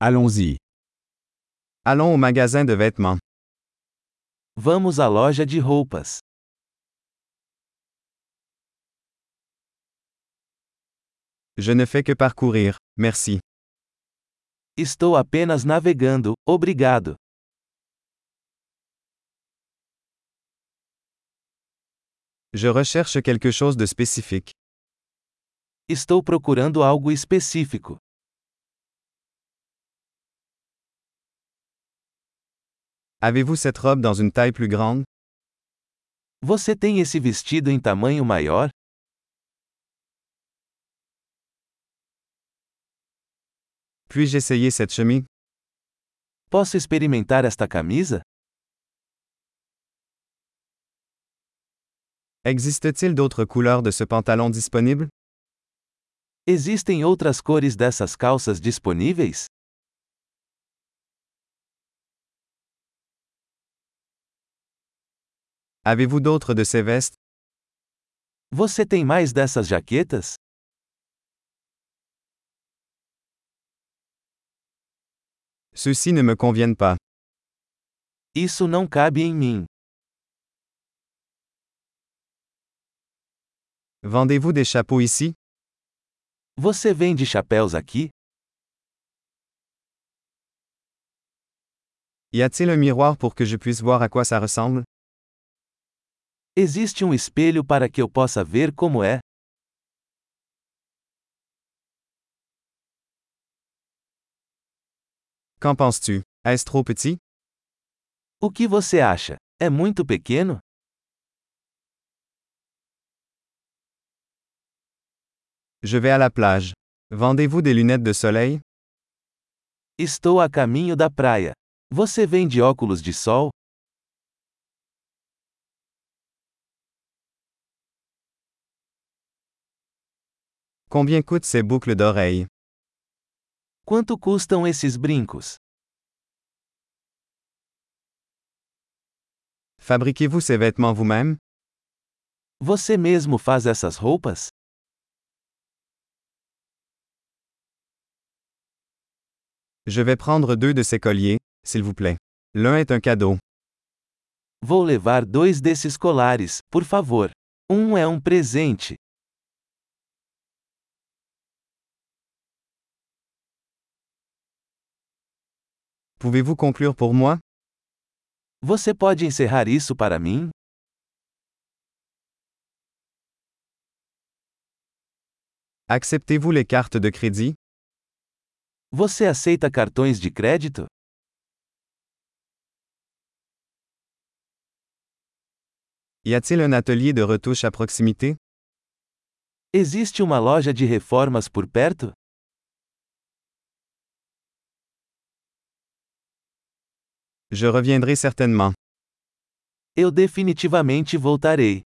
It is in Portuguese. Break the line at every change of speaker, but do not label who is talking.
Allons-y. Allons au magasin de vêtements.
Vamos à loja de roupas.
Je ne fais que parcourir, merci.
Estou apenas navegando, obrigado.
Je recherche quelque chose de spécifique.
Estou procurando algo específico.
Avez-vous cette robe dans une taille plus grande?
Você tem esse vestido em tamanho maior?
Puis-je essayer cette chemise?
Posso experimentar esta camisa?
Existe-t-il d'autres couleurs de ce pantalon disponible?
Existem outras cores dessas calças disponíveis?
Avez-vous d'autres de ces vestes?
Você tem mais dessas jaquetas?
Ceux-ci ne me conviennent pas.
Isso não cabe em mim.
Vendez-vous des chapeaux ici?
Você vende chapéus aqui?
Y a-t-il un miroir pour que je puisse voir à quoi ça ressemble?
Existe um espelho para que eu possa ver como é?
Qu'en penses-tu? Est-ce trop petit?
O que você acha? É muito pequeno?
Je vais à la plage. Vendez-vous des lunettes de soleil?
Estou a caminho da praia. Você vende óculos de sol?
Combien coûtent ces boucles d'oreilles?
Quanto custam esses brincos?
Fabriquez-vous ces vêtements vous-même?
Você mesmo faz essas roupas?
Je vais prendre deux de ces colliers, s'il vous plaît. L'un est un cadeau.
Vou levar dois desses colares, por favor. Um é um presente.
Pouvez-vous conclure pour moi?
Você pode encerrar isso para mim?
Acceptez-vous les cartes de crédit?
Você aceita cartões de crédito?
Y a-t-il un atelier de retouche à proximité?
Existe uma loja de reformas por perto?
Je reviendrai certainement.
Eu definitivamente voltarei.